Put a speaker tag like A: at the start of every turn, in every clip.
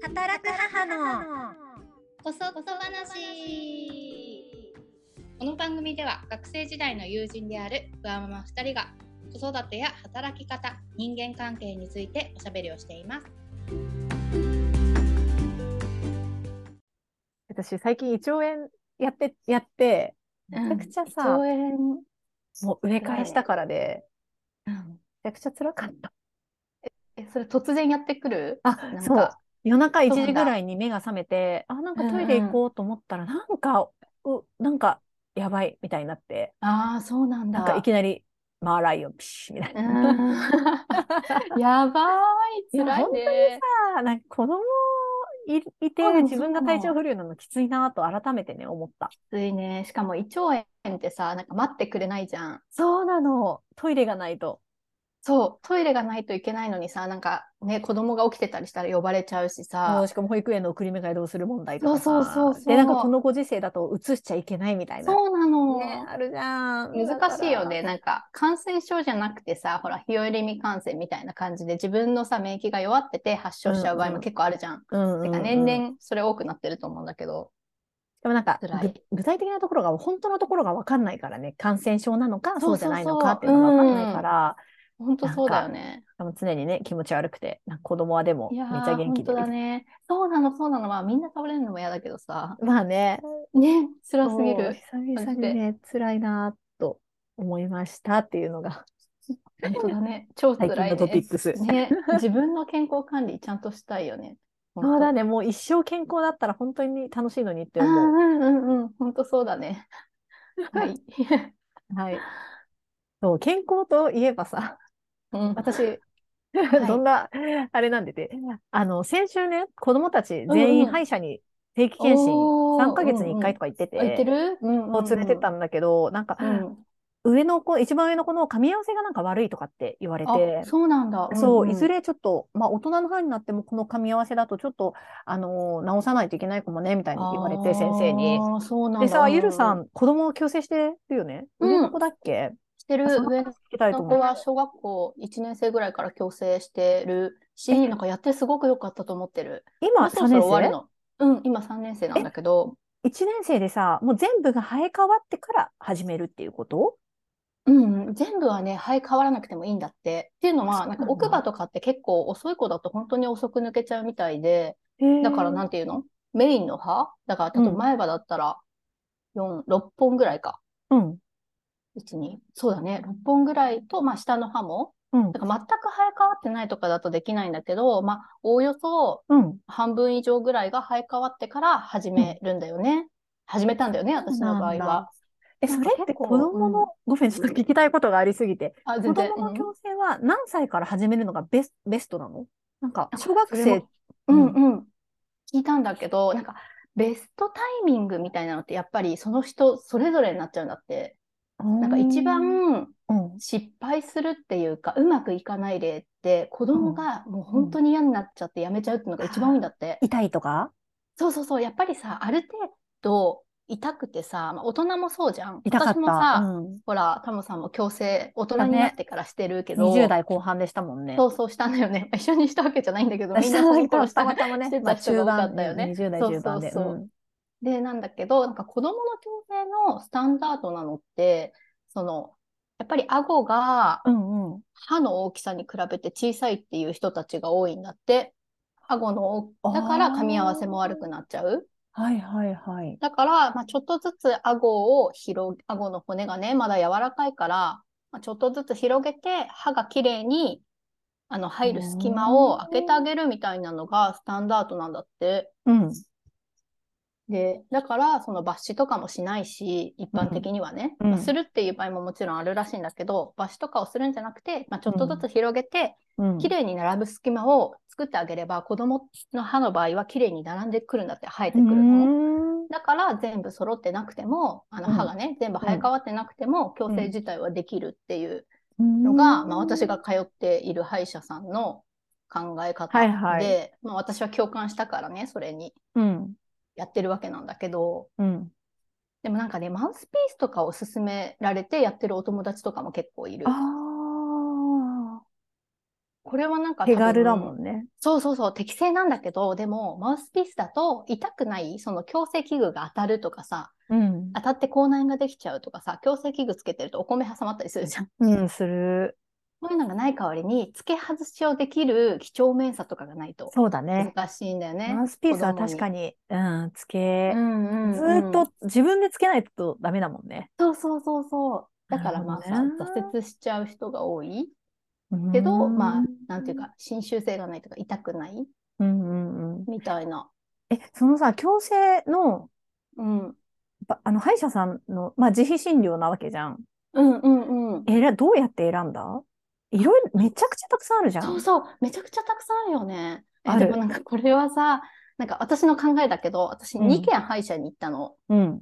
A: 働く母の
B: こそっと話この番組では学生時代の友人であるふわママ2人が子育てや働き方人間関係についておしゃべりをしています
C: 私最近胃腸炎やってやってめちゃくちゃさ、もう植え替えしたからでめちゃくちゃ辛かった
D: えそれ突然やってくる
C: あ
D: なん
C: そう
D: か
C: 夜中1
D: そうな
C: 時
D: んだ
C: ぐらいに目が覚めてあなんかトイレ行こうと思ったら、なんかうなんかやばいみたいになって
D: ああそうなんだ
C: なんかいきなりマーライオンピシッみたいうな、
D: ーん やばい
C: いや
D: 辛い
C: 本当に
D: ね
C: あーなんか子供いいて
D: うん
C: 自分が体
D: そ
C: 調
D: う
C: 不良なのきついなと改めてね思った
D: ついねしかも胃腸炎ってさなんか待ってくれないじゃん
C: そうなのトイレがないと
D: そうトイレがないといけないのにさなんかね子供が起きてたりしたら呼ばれちゃうし
C: も
D: さ
C: うしかも保育園の送り迎えどうする問題とかさ
D: そうそうそうそう
C: でなんかこのご時世だと移しちゃいけないみたいな
D: そうなの、
C: ね、あるじゃん。
D: 難しいよね
C: だか
D: なんか感染症じゃなくてさほら日和見感染みたいな感じで自分のさ免疫が弱ってて発症しちゃう場合
C: うんう
D: も
C: ん
D: 結構あるじゃん、
C: ら。うんうんうん
D: てか年。々それ多くなってると思うんだけど、
C: でもなんか
D: 辛
C: ぐ
D: い
C: 具体的なところが本当のところが分かんないからね感染症なのかそ
D: そうう
C: じ
D: そ
C: ゃ
D: う
C: な
D: そう
C: いのかっていうのが分かんないから、
D: 本当そうだよね。
C: でも常にね気持ち悪くてなんか子供はでも
D: い
C: めっ
D: や
C: ちゃ
D: ー、
C: 元気
D: 本
C: で
D: 当。だね。そうなの、そうなの。まあ、みんな倒れるのも嫌だけどさ。
C: まあね
D: ね、辛すぎ
C: そう
D: る。
C: 久々にね辛いなと思いましたっていうのが
D: 本当だね。超辛
C: 最
D: い、ね。
C: 近のトピックス。
D: ね、自分の健康管理ちゃんとしたいよね。
C: そうだ
D: ね。
C: ねもう一生健康だったら本当に楽しいのにって
D: うんう
C: 思う。
D: んうんうん。本当そう だね。はい。
C: はい。そう健康といえばさ
D: うん、
C: 私、
D: い
C: どんな、あれなんでて、あの、先週ね、子供たち全
D: うん
C: 員
D: うん
C: 歯医者に定期検診
D: おー
C: 3ヶ月に1回とか行ってて、
D: あ行ってる、うんうんうん
C: もう連れてったんだけど、なんか、
D: うん。
C: 上の子、一番上の子の噛み合わせがなんか悪いとかって言われ
D: あ
C: て、
D: そうなんだ。
C: そう、
D: んん
C: いずれちょっと、まあ、大人の歯になってもこの噛み合わせだとちょっと、あのー直さないといけないかもね、みたいに言われて、先生に。。
D: あーそうなんだ。
C: でさ、ゆるさ、
D: うん
C: 子供を矯正してるよね。
D: うん
C: 上の子だっけ、
D: してる
C: あそんな
D: 上
C: 話聞きたいと
D: の
C: 思
D: 子
C: う。
D: は小学校1年生ぐらいから矯正してるし、なんかやってすごく良かったと思ってる。も
C: 今、
D: うそろ
C: 3
D: そ
C: 年
D: ろ終わる
C: 生
D: の。うん、今3年生なんだけど、
C: 一年生でさ、もう全部が生え変わってから始めるっていうこと
D: うんうん、全部はね、生え変わらなくてもいいんだって。っていう
C: そ
D: の
C: う
D: は、
C: な
D: なんん
C: だ
D: か奥歯とかって結構遅い子だと本当に遅く抜けちゃうみたいで、だからなんていうのメインの歯だから、例えば前歯だったら4、6本ぐらいか。
C: うん。
D: 1、2。そうだね。6本ぐらいと、まあ下の歯も。
C: うん
D: だ。から全く生え変わってないとかだとできないんだけど、まあおおよそ
C: うん。
D: 半分以上ぐらいが生え変わってから始めるんだよね。始めたんだよね、私の場合
C: そうなんだ
D: は。
C: え、それって
D: 結構
C: 子供の、
D: う
C: ごめん、ちょっと聞きたいことがありすぎて、
D: あ、
C: 子
D: 全然。
C: 供の
D: うん
C: 矯正は何歳から始めるのがベスベストなのなんか、小学
D: それ
C: 生
D: も、うんうん。聞いたんだけど、なんか、ベストタイミングみたいなのって、やっぱりその人それぞれになっちゃうんだって。
C: な
D: なんか一、番
C: うん。
D: 失敗するっていうか、うまくいかない例って、子供がもう本当に嫌になっちゃってやめちゃうっていうのが一番多いんだって。
C: 痛いとか
D: そうそうそう、やっぱりさ、ある程度痛くてさ、まあ、大人もそうじゃん。
C: 痛かっ
D: 私も
C: た。
D: さ、
C: うん。
D: ほら、タモさんも矯正、大人
C: だ
D: に
C: ね
D: なってからしてるけど、
C: 20代後半でしたもんね。
D: そうそうしたんだよね。 一緒にしたわけじゃないんだけど、みん
C: 下
D: な
C: の
D: そ
C: 人
D: の頃した
C: たまたまね、
D: してた
C: まあ
D: 人が
C: 中
D: 多かっ
C: 盤
D: たよね
C: 20代
D: そう
C: 中盤で。
D: そうそう
C: うん
D: で、なんだけど、なんか子供の矯正のスタンダードなのって、その、やっぱり顎が
C: うんうん。
D: 歯の大きさに比べて小さいっていう人たちが多いんだって。顎の
C: あー
D: 大、だから噛み合わせも悪くなっちゃう。
C: はいはいはい。
D: だから、まあ、ちょっとずつ顎を広げ、顎の骨がね、まだ柔らかいから、まあ、ちょっとずつ広げて、歯がきれいに、あの、入る隙間を開けてあげるみたいなのがスタンダードなんだって。
C: うん。
D: で、だから、その抜歯とかもしないし、一般的にはね、
C: うん
D: まあするっていう場合ももちろんあるらしいんだけど、抜歯とかをするんじゃなくて、まあ、ちょっとずつ広げて、
C: うん。
D: 綺麗に並ぶ隙間を作ってあげれば、子供の歯の場合は綺麗に並んでくるんだって、生えて
C: う
D: くるの。
C: ん。
D: だから全部揃ってなくても、あの
C: うん
D: 歯がね、全部生え変わってなくても、矯正自体はできるっていう
C: の
D: のが、まあ私が通っている歯医者さんの考え方
C: は
D: で、
C: いはい
D: まあ私は共感したからね、それに
C: うん。
D: やってるわけなんだけど、
C: うん。
D: でもなんかね、マウスピースとかを勧められてやってるお友達とかも結構いる。
C: ああ。
D: これはなんか
C: 手軽だ
D: ん
C: もんね。
D: そうそうそう、適正なんだけど、でも、マウスピースだと痛くない、その矯正器具が当たるとかさ、
C: うん
D: 当。たって口内炎ができちゃうとかさ、矯正器具つけてるとお米挟まったりするじゃん。
C: うん、する。
D: そういうのがない代わりに、付け外しをできる几帳面さとかがないと
C: そうだね。
D: 難しいんだよね。
C: マウスピースは
D: 子供
C: 確かに、うん、つけ
D: う、んうんうん
C: ずーっと自分でつけないとダメだもんね。
D: そうそうそうそう。だからまあ
C: な
D: さ、
C: るほどね
D: 挫折しちゃう人が多いけど、まあ、なんていうか、侵襲性がないとか、痛くない
C: うん、うんうんうん。
D: みたいな。
C: え、そのさ、矯正の、
D: うん。
C: ばあの、歯医者さんの、まあ、自費診療なわけじゃん。
D: うんうんうん。
C: えら、どうやって選んだいろいろ、めちゃくちゃたくさんあるじゃ。
D: そうんそう、めちゃくちゃたくさんあるよね。え
C: ある
D: でもなんかこれはさ、なんか私の考えだけど、私
C: うん
D: 2軒歯医者に行ったの。
C: うん。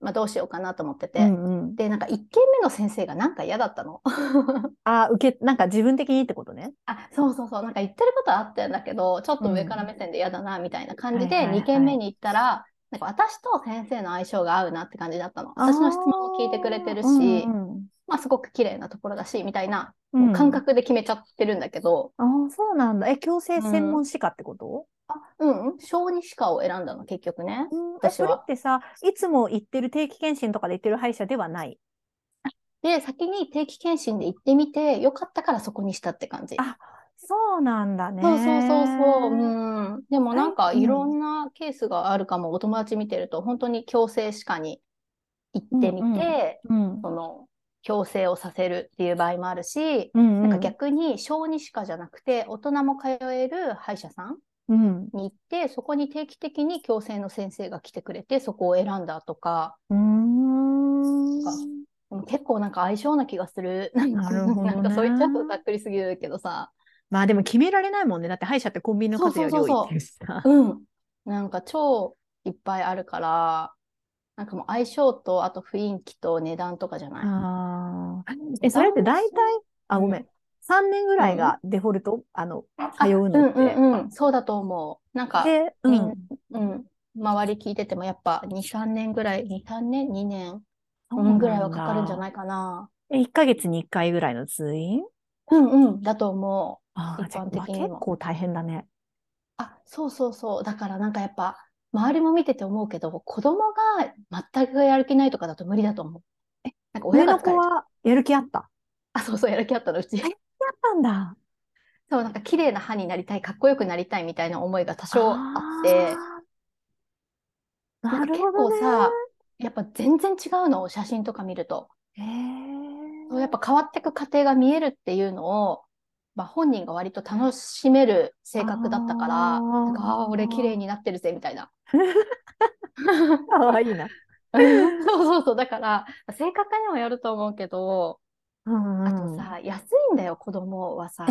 D: まあどうしようかなと思ってて。
C: うんうん。
D: で、なんか1軒目の先生がなんか嫌だったの。
C: あ、受け、なんか自分的にってことね。
D: あ、そうそうそう、なんか言ってることはあったんだけど、ちょっと上から目線で嫌だな、みたいな感じ
C: は
D: で、
C: いはいはい
D: 2軒目に行ったら、なんか私と先生の相性が合うなって感じだったの。私の質問も聞いてくれてるし、
C: うんうん
D: まあすごく綺麗なところだし、みたいな、
C: うん
D: もう感覚で決めちゃってるんだけど、
C: ああ、そうなんだ。え、矯正専門歯科ってこと、
D: うん、うん、小児歯科を選んだの、結局ね。
C: うん、え、
D: 私
C: それ
D: は
C: ってさ、いつも行ってる定期検診とかで行ってる歯医者ではない。
D: で、先に定期検診で行ってみて、よかったからそこにしたって感じ。
C: あそうなんだね。
D: そうそうそうそう。うん。でもなんか
C: うん
D: いろんなケースがあるかも、お友達見てると、本当に矯正歯科に行ってみ
C: うんうん
D: て、
C: うん。
D: その、矯正をさせるっていう場合もあるし、
C: うん、
D: なんか逆に小児歯科じゃなくて、大人も通える歯医者さん
C: うん。
D: に行って、そこに定期的に矯正の先生が来てくれて、そこを選んだとか、
C: うん。
D: なんかでも結構なんか相性な気がする。
C: なるほどね
D: なんかそう言っちゃうとざっくりすぎるけどさ。
C: まあでも決められないもんね。だって歯医者ってコンビニの数より
D: そうそうそう
C: 多いっていうしさ。
D: うん。なんか超いっぱいあるから、なんかもう相性と、あと雰囲気と値段とかじゃない
C: ああ。え、それって大体、あ、ごめん。3年ぐらいがデフォルト、あの、通うのって。
D: うんうんうん。そうだと思う。なんか、
C: で、う
D: み
C: ん
D: ん。うん。周り聞いててもやっぱ2、3年ぐらい、2、3年、2年、うん、ぐらいはかかるんじゃないいかな。
C: え、1ヶ月に1回ぐらいの通院
D: うんうん。だと思う。
C: ああ、
D: 一般
C: じゃあ
D: 的に
C: まあ
D: も
C: 結構大変だね。
D: あ、そうそうそう。だからなんかやっぱ、周りも見てて思うけど、子供が全くやる気ないとかだと無理だと思う。え、なんか
C: 上
D: 親が
C: の子
D: 疲れちゃう
C: はやる気あった。
D: あ、そうそう、やる気あったの、うち。
C: あったんだ。
D: そう、なんか綺麗な歯になりたい、かっこよくなりたいみたいな思いが多少あって、
C: あー。
D: な
C: なん
D: か
C: る
D: 結
C: ほど
D: 構
C: ね。
D: さ、やっぱ全然違うのを写真とか見ると。
C: へー
D: そうやっぱ変わっていく過程が見えるっていうのを、まあ、本人が割と楽しめる性格だったから、
C: あー
D: なんか、ああ、俺綺麗になってるぜ、みたいな。
C: かわいいな。
D: そうそうそう。だから、性格にもよると思うけど、
C: うん
D: あ
C: う
D: と
C: ん
D: さ、安いんだよ、子供はさ。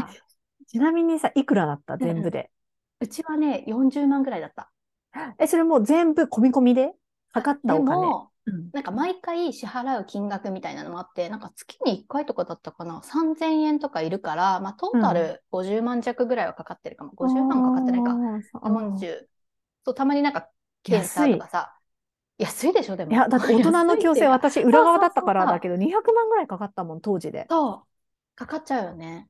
C: ちなみにさ、いくらだった全部で。
D: うちはね、40万ぐらいだった。
C: え、それもう全部込み込みでかかった
D: で
C: お金。
D: も、
C: うん
D: なんか毎回支払う金額みたいなのもあって、なんか月に1回とかだったかな、3000円とかいるから、まあトータル50万弱ぐらいはかかってるかも。50万かかってないか。
C: あー。そう
D: 40。そう、たまになんか検査とかさ、安いでしょ、でも。
C: いや、 だって大人の矯正、
D: は。
C: 私、裏側だった
D: そうそうそう
C: からだけど、200万ぐらいかかったもん、当時で。
D: そう、かかっちゃうよね。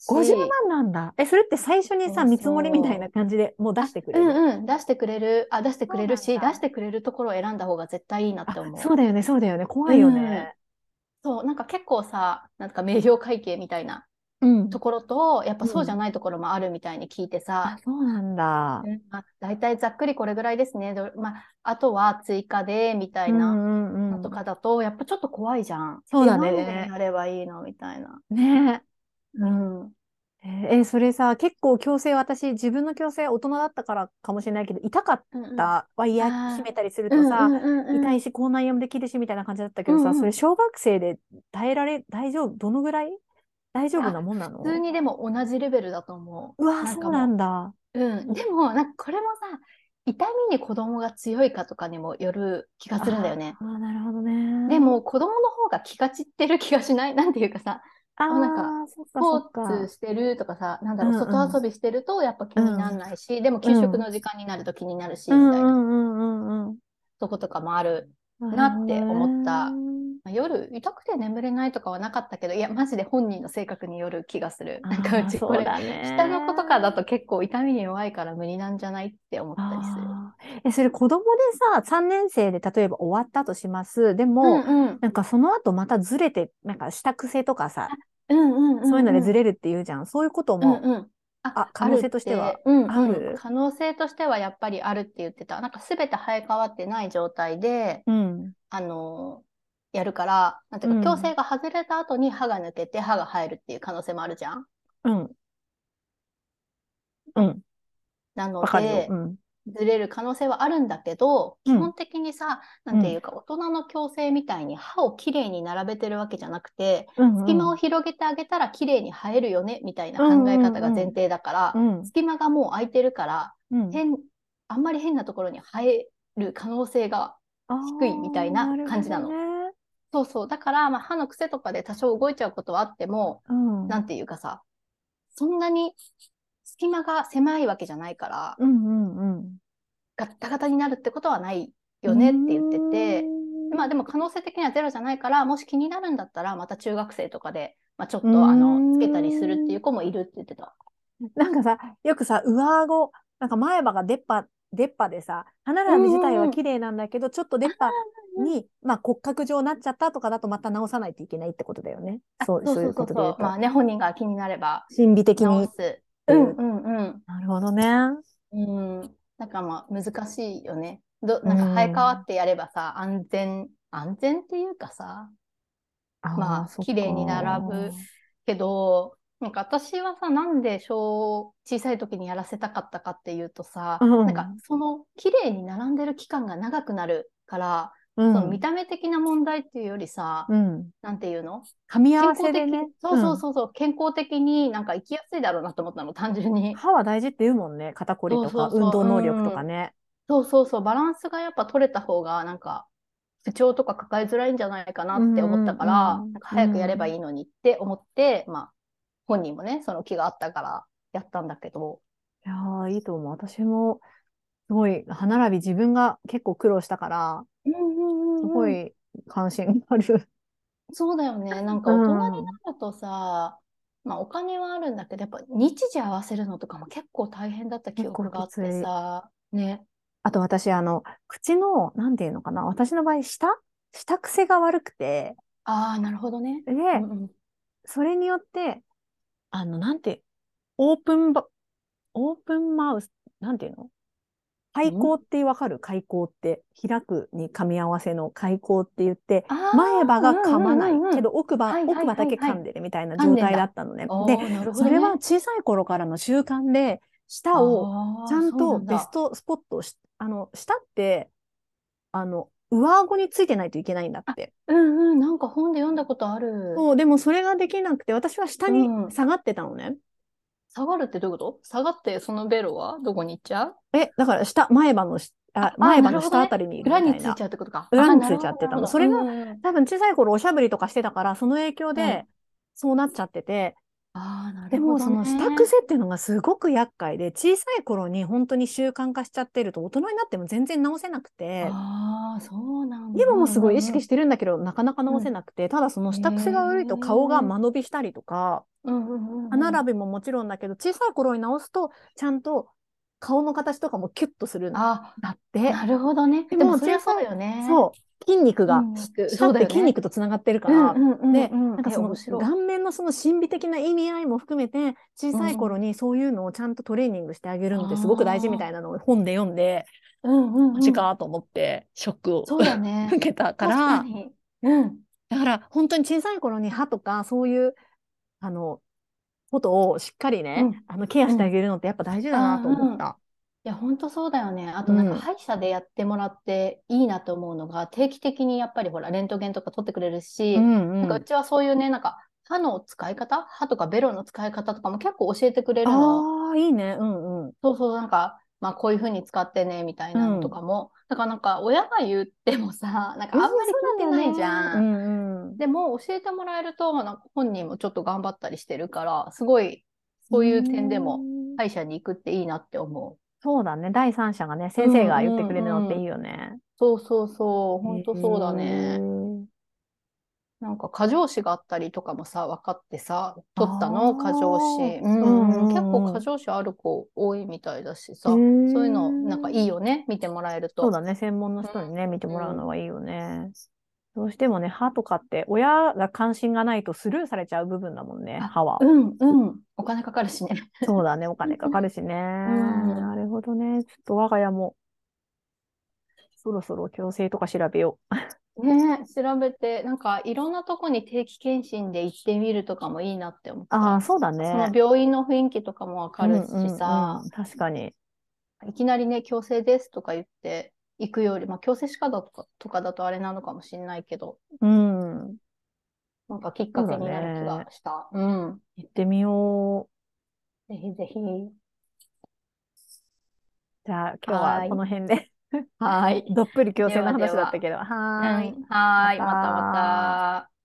D: し
C: 50万なんだ。え、それって最初に
D: そ
C: さ、
D: うそう
C: 見積もりみたいな感じでもう出してくれる。
D: うんうん、出してくれる、あ、出してくれる
C: そう
D: し、
C: な
D: 出
C: んだ
D: してくれるところを選んだ方が絶対いいなって思
C: あ
D: う。
C: そうだよね、そうだよね。怖いよね。
D: そう、なんか結構さ、なんか名誉会計みたいな
C: うん
D: ところと、やっぱそうじゃ
C: う
D: ないところもあるみたいに聞いて
C: あ
D: さ、、
C: そうなんだ。
D: うんまあ、大体ざっくりこれぐらいですね、どまあ、あとは追加でみたい
C: うん
D: な
C: うんうん
D: のとかだと、やっぱちょっと怖いじゃん。
C: そうだね
D: えなんでやればいいのみたいな。
C: ね
D: うん。
C: ええーそれさ、結構矯正、私、自分の矯正大人だったからかもしれないけど、痛かっ
D: うんうん
C: たワイヤー
D: あー
C: 締めたりする
D: う
C: と
D: んうん
C: さ、
D: うんうん
C: 痛いし、口内炎もできるし、みたいな感じだったけどさ、
D: うんうん
C: それ小学生で耐えられ、大丈夫、どのぐらい大丈夫なもんなの
D: 普通にでも同じレベルだと思う。
C: うわ、
D: なん
C: そ
D: か
C: う
D: も
C: な
D: うん
C: だ。
D: うん、でもなんかこれもさ痛みに子供が強いかとかにもよる気がするんだよね。
C: あーなるほどね。
D: で、も子供の方が気が散ってる気がしない なんていうかさ
C: あー
D: なん
C: そっ
D: ス
C: か
D: ポ
C: そっか。
D: ーツしてるとかさなんだろう、
C: うんうん
D: 外遊びしてるとやっぱ気にならないし、でも給食の時間になると気になるし、
C: うん
D: みたいな
C: うんうんうんうん。
D: とことかもある。
C: な
D: なって思った
C: るほどね
D: まあ夜痛くて眠れないとかはなかったけどいやマジで本人の性格による気がするなんかうちこれ下の子とかだと結構痛みに弱いから無理なんじゃないって思ったりする。
C: あーえ、それ子供でさ、3年生で例えば終わったとします。でも、
D: うんうん
C: なんかその後またずれて、なんか下癖とかさ、
D: うんうんうんうん
C: そういうのでずれるっていうじゃん。そういうこと
D: うん
C: も、
D: うんあ
C: あ可能性としては
D: あるってうんうん
C: ある
D: 可能性としてはやっぱりあるって言ってたなんか全て生え変わってない状態で
C: うん。
D: あのやるからなんていううんか矯正が外れた後に歯が抜けて歯が生えるっていう可能性もあるじゃん。
C: うん。うん。
D: なの
C: わかるよ。
D: で
C: うん。
D: ずれる可能性はあるんだけど
C: う
D: 基
C: ん
D: 本的にさ、なんていうか大人の矯正みたいに歯をきれいに並べてるわけじゃなくて
C: うん
D: 隙間を広げてあげたらきれいに生えるよねみたいな考え方が前提だから、
C: うん。
D: 隙間がもう空いてるから
C: うん。
D: 変あんまり変なところに生える可能性が低いみたいな感じなの
C: あーるほどね
D: そうそうだから、まあ、歯の癖とかで多少動いちゃうことはあっても、
C: うん。
D: なんていうかさそんなに隙間が狭いわけじゃないから、
C: うんうんうん。
D: ガッタガタになるってことはないよねって言ってて
C: うー。ん
D: まあでも可能性的にはゼロじゃないからもし気になるんだったらまた中学生とかで、まあ、ちょっ
C: うー
D: と
C: ん
D: あのつけたりするっていう子もいるって言ってた。
C: なんかさ、よくさ、上顎、なんか前歯が出っ歯、出っ歯でさ、歯並び自体は綺麗なんだけど、ちょっと出っ歯に、まあ骨格上なっちゃったとかだとまた直さないといけないってことだよね。そう、そういうことで言うと。
D: まあね本人が気になれば
C: 心理的
D: 直
C: に。
D: す。
C: う
D: うんんうん
C: なるほどね。
D: うん。うん。なんかまあ難しいよね。どなんか生え変わってやればさ安全安全っていうかさ
C: あー
D: まあ
C: そっか
D: 綺麗に並ぶけどなんか私はさなんで小小さい時にやらせたかったかっていうとさ、
C: うん
D: なんかその綺麗に並んでる期間が長くなるから、
C: うん。
D: その見た目的な問題っていうよりさ、
C: うん。
D: なんていうの
C: 噛み合
D: 健
C: わ
D: 康
C: せ
D: 的
C: でね。
D: そうそううんそうそう、健康的になんか生きやすいだろうなと思ったの単純に
C: 歯は大事って言うもんね。肩こりと
D: そ
C: か
D: うそうそう
C: 運動能力とかね。
D: そうそうそうバランスがやっぱ取れた方がなんか不調とか抱えづらいんじゃないかなって思ったから、
C: うんうんうん
D: なんか早くやればいいのにって思って、まあ本人もねその気があったからやったんだけど
C: いやーいいと思う。私も、すごい、歯並び自分が結構苦労したから、すごい関心がある。
D: そうだよね。なんか
C: う
D: 大
C: ん
D: 人になるとさ、まあお金はあるんだけど、やっぱ日時合わせるのとかも結構大変だった記憶があって
C: 結
D: さ、ね。
C: あと私、あの、口の、なんていうのかな、私の場合、舌舌癖が悪くて、
D: ああ、なるほどね。
C: で、
D: うんうん
C: それによって、あの、なんて、オープンば、オープンマウス、なんていうの開口ってわかる開口って。開くに噛み合わせの開口って言って、
D: あー
C: 前歯が噛まない
D: うんうんうん
C: けど奥
D: は
C: 歯、
D: いはいはい
C: 奥
D: は
C: 歯
D: い
C: だけ噛んでるみたいな
D: 噛ん
C: 状
D: でんだ
C: 態だったのね。
D: お
C: で、
D: ーなるほど
C: それは
D: ね
C: 小さい頃からの習慣で、舌を
D: あー
C: ちゃん
D: そう
C: と
D: なんだ
C: ベストスポットをし、あの、舌って、あの、上顎についてないといけないんだって。
D: うんうん、なんか本で読んだことある。
C: そう、でもそれができなくて、私は下に
D: うん
C: 下がってたのね。
D: 下がるってどういうこと下がってそのベロはどこに行っちゃう
C: え、だから下、前歯のし、あ、前歯の下あたりにいるみ
D: 裏
C: た
D: に
C: い
D: つい
C: な
D: ち。ゃうってことか。
C: 裏に
D: あ
C: ついちゃってたの
D: なるほど
C: それが
D: うんうん
C: 多分小さい頃おしゃぶりとかしてたから、その影響
D: うん
C: で、そうなっちゃってて、
D: ああ、なる
C: で
D: ほ
C: も
D: ど
C: その
D: ね
C: 舌癖っていうのがすごく厄介で、小さい頃に本当に習慣化しちゃってると、大人になっても全然治せなくて、
D: ああ、そうなんだ。
C: 今もすごい意
D: うん
C: 識してるんだけど、なかなか直せなくて、ただその下癖が悪いと顔が間延びしたりとか、
D: うんうんうんうん
C: 歯並びももちろんだけど、小さい頃に直すと、ちゃんと顔の形とかもキュッとするんだ
D: あ、
C: って、
D: なるほどね。
C: で
D: で
C: も
D: もそりゃそうだよね。
C: そう、筋肉が、
D: 筋肉
C: 舌
D: そう
C: っ
D: だ
C: て
D: よね
C: 筋肉とつながってるか
D: う
C: ら、
D: んうんうんうん。
C: で
D: な
C: なんかその
D: 白い。
C: 顔面のその心理的な意味合いも含めて小さい頃にそういうのをちゃんとトレーニングしてあげるのってすごく大事みたいなのを本で読んで、
D: うんうんう
C: マ
D: ん。
C: ジかと思ってショックを
D: そうだね。
C: 受けた か
D: 確
C: ら
D: か。に。うん。
C: だから本当に小さい頃に歯とかそういうあのことをしっかりね、
D: うん
C: あのケアしてあげるのってやっぱ大事だなと思った。
D: いや、本当そうだよね。あとなん
C: う
D: か
C: ん
D: 歯医者でやってもらっていいなと思うのが、定期的にやっぱりほら、レントゲンとか取ってくれるし、
C: んう
D: なんかうちはそういうね、なんか歯の使い方、歯とかベロの使い方とかも結構教えてくれるの。
C: ああいいね。うんうん。
D: そうそう、なんか、まあ、こういうふうに使ってね、みたいなのとかも、だからなんか、親が言ってもさ、なんかあんまり聞いてないじゃ。
C: うんんうん。
D: でも、教えてもらえると、なんか本人もちょっと頑張ったりしてるから、すごい、そういう点でも、
C: うん
D: 歯医者に行くっていいなって思う。
C: そうだね。第三者がね、先生が言ってくれるのっていいよね。
D: そうそうそう、ほんとそうだ
C: へ
D: ね。
C: ー
D: なんか過剰詞があったりとかもさ、分かってさ、取った
C: あ
D: の、
C: ー
D: 過剰詞。う
C: うんうんうん
D: ん、結構過剰詞ある子多いみたいだしさ、そういうの、なんかいいよね、見てもらえる
C: そう
D: と。
C: だね、専門の人にね、見てもらうのはいいよね。どうしてもね、歯とかって、親が関心がないとスルーされちゃう部分だもんね、
D: あ
C: 歯は
D: う。ん、うん、お金かかるしね。
C: そうだね、お金かかるしね。
D: ん
C: なるほどね。ちょっと我が家も、そろそろ矯正とか調べよ
D: ね調べて、なんかいろんなとこに定期検診で行ってみるとかもいいなって思っ
C: う。
D: た。
C: ああ、そうだ
D: その
C: ね。
D: 病院の雰囲気とかもわかるし
C: うんうん
D: さ
C: うん、確かに。
D: いきなりね、強制ですとか言って行くより、まあ、強制歯科だとかとかだとあれなのかもしれないけど、
C: うん。行
D: なんかきっかけになる気がした。うん。
C: ってみよ
D: ぜひぜひ。
C: う。じゃあ、今日
D: は
C: は
D: ーい
C: この辺で、
D: はい。
C: どっぷり矯正の
D: ではでは
C: 話だったけど。はーい。
D: うんはい。
C: ま
D: ま
C: た
D: たまた。